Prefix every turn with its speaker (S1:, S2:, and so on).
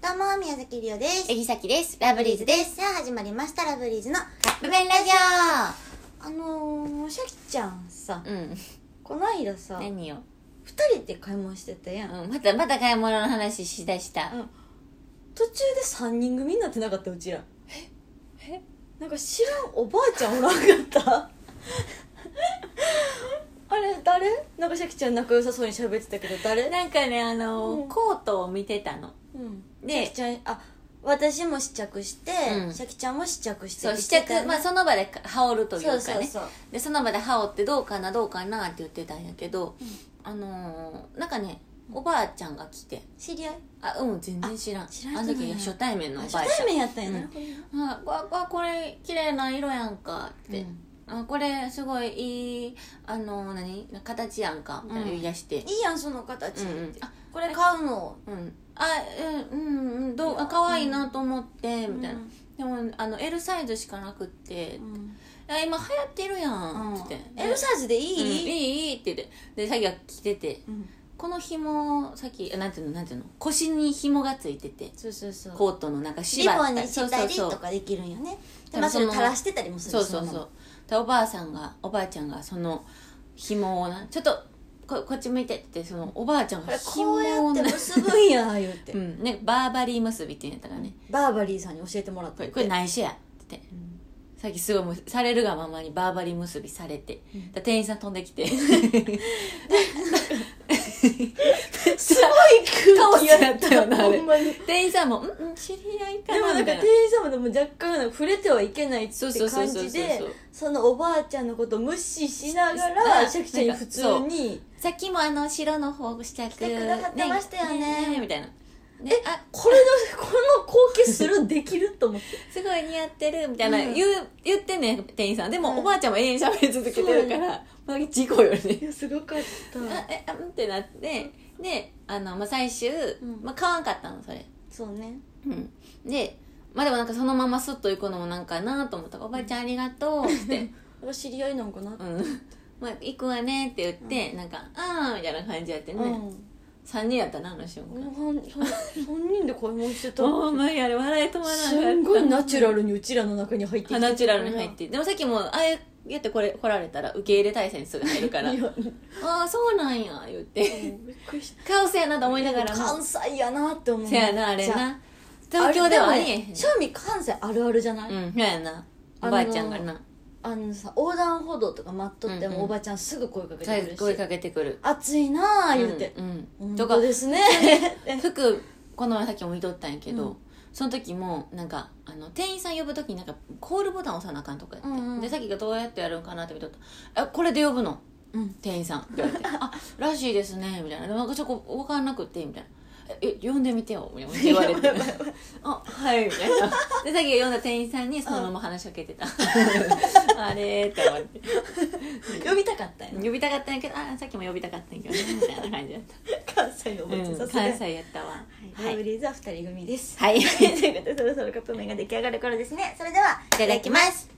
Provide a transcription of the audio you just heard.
S1: どうも、宮崎りおです。
S2: えぎさきです。ラブリーズです。
S1: さあ、始まりました、ラブリーズの。
S2: カップ麺ラジ
S1: あのー、シャキちゃんさ、
S2: オうん。
S1: こないださ、二
S2: 何よ。
S1: 人で買い物してたやん。
S2: うん。また、また買い物の話しだした。
S1: うん途中で三人組になってなかった、うちら。え
S2: え
S1: なんか知らんおばあちゃんおらん かったあれ、誰なんかシャキちゃん仲良さそうに喋ってたけど、誰
S2: なんかね、あの、
S1: うん
S2: コートを見てたの。
S1: うん。
S2: で
S1: シャキちゃん、あ、私も試着して、
S2: うん
S1: シャキちゃんも試着して
S2: そう、試
S1: ってた
S2: 着、
S1: よ
S2: まあ、その場で羽織るというかね。
S1: そうそうそう。
S2: で、その場で羽織ってどうかな、どうかなって言ってたんやけど、
S1: うん
S2: あのー、なんかね、おばあちゃんが来て、
S1: 知り合い
S2: あ、うん、全然知らん。
S1: 知らん人
S2: あの
S1: なん
S2: 時
S1: や
S2: 初対面のおばあ
S1: 初
S2: ちゃ
S1: 対
S2: ん。
S1: 面やったんや
S2: う
S1: な。
S2: んあ、わ、わ、これ、綺麗な色やんか、って。
S1: うん
S2: あこれすごいいいあの何形やんかみたいな言い出して、
S1: いいやんその形、
S2: うんうんあ
S1: これ買うの
S2: うんあうんうんうんどうあ可愛いなと思ってみたいな、でもあの L サイズしかなくって、あ今流行ってるやんっつって、
S1: L サイズでい
S2: うんい
S1: い、
S2: いいいって言ってでさっきが着ててこの紐さっきなんていうのなんていうの腰に紐がついてて
S1: そうそうそう
S2: コートのなんか
S1: リボンに
S2: そ
S1: し
S2: う
S1: た
S2: そう
S1: り
S2: そ
S1: と
S2: う
S1: かできるんよねで
S2: で
S1: まあ
S2: も
S1: そ
S2: そ
S1: れ
S2: の
S1: 垂らしてたりもする
S2: そうそう
S1: の
S2: そ
S1: ま
S2: うでおばあさんがおばあちゃんがその紐をなちょっとここっち向いてってそのおばあちゃん
S1: まこ
S2: が
S1: れこうや
S2: を
S1: って
S2: な
S1: 結ぶんや言うて、
S2: うんね、バーバリー結びって言うんやったからね
S1: バーバリーさんに教えてもらっ
S2: こ
S1: た
S2: れこれ内緒やって言って
S1: うん
S2: さっきすごいもうされるがままにバーバリー結びされて、
S1: うん
S2: だから店員さん飛んできて
S1: すごい空気やった
S2: カオスやったよ なあれ
S1: ほんまに
S2: 店員さんも「うんうん知り合いか
S1: でも
S2: な」
S1: なん
S2: み
S1: か
S2: たい
S1: 店
S2: な
S1: 員様でも若干なんか触れてはいけないって
S2: そうそうそう
S1: 感
S2: そう
S1: じ
S2: そう
S1: でそのおばあちゃんのこと無視しながら
S2: あ
S1: シャキちゃんに普通に
S2: さっきもあの白の方試着
S1: てくださってましたよね
S2: みたいな、ね、あ
S1: これのこの光景するできると思って
S2: すごい似合ってるみたいな、
S1: うん
S2: 言う言ってんねん店員さんでも、
S1: うん
S2: おばあちゃんも永遠喋り続けてるから、まあ、事故よね
S1: いやすごかった
S2: あえあうんってなってであの、まあ、最終、
S1: ん
S2: まあ、買わんかったのそれ、
S1: そうね
S2: うん、でまあでもなんかそのままスッと行くのもなんかなと思ったから「おばあちゃんありがとう」 って
S1: 知り合いなんかな
S2: 「うんまあ、行くわね」って言って、なんか「ああ」みたいな感じやってね、3人やったなあの瞬間
S1: 3人で買い物してた
S2: おお無理あれ笑い止まらな
S1: す
S2: かった
S1: んごいナチュラルにうちらの中に入ってきて
S2: あナチュラルに入ってでもさっきもああやってこれ来られたら受け入れ体制にすぐ入るから
S1: いや
S2: ああそうなんや言って
S1: びっくりし
S2: カオスやなと思いなが
S1: た
S2: らも
S1: 関西やなって思う
S2: せやなあれ
S1: じゃあ
S2: な東京ではありえへ
S1: れ
S2: ん
S1: でも正味関西あるあるじゃない、
S2: うんせやなおばあちゃんがな
S1: あのさ横断歩道とか待っとって
S2: うんう
S1: も
S2: ん
S1: おばちゃんすぐ声かけてくるし
S2: 声かけてくる
S1: 暑いなあ言うて、
S2: うんうんと
S1: 本
S2: か
S1: 当ですね
S2: 服この前さっきも見とったんやけ
S1: うん
S2: どその時もなんかあの店員さん呼ぶ時になんかコールボタン押さなあかんとかやって
S1: うんうん
S2: でさっきがどうやってやるんかなって見とった「えこれで呼ぶの?」
S1: うん
S2: 店員 さん」って言われて「あらしいですね」みたいな「でもなんかちょっと分かんなくて」みたいな。ええ呼んでみてよみたいな 言われて「 あはい」みたいなでさっき呼んだ店員さんにそのまま話しかけて た 「あれ?」って思って
S1: 呼びたかったよ
S2: 呼びたかったんやけどあさっきも呼びたかったんやけどねみたいな感じだった、
S1: 関西のおばちゃん
S2: う
S1: さ
S2: ん、
S1: すが
S2: 関西やったわ
S1: はい、ラブリーズは2人組です。
S2: はい
S1: ということで、そろそろカップ麺が出来上がる頃ですね。それでは、いただきます。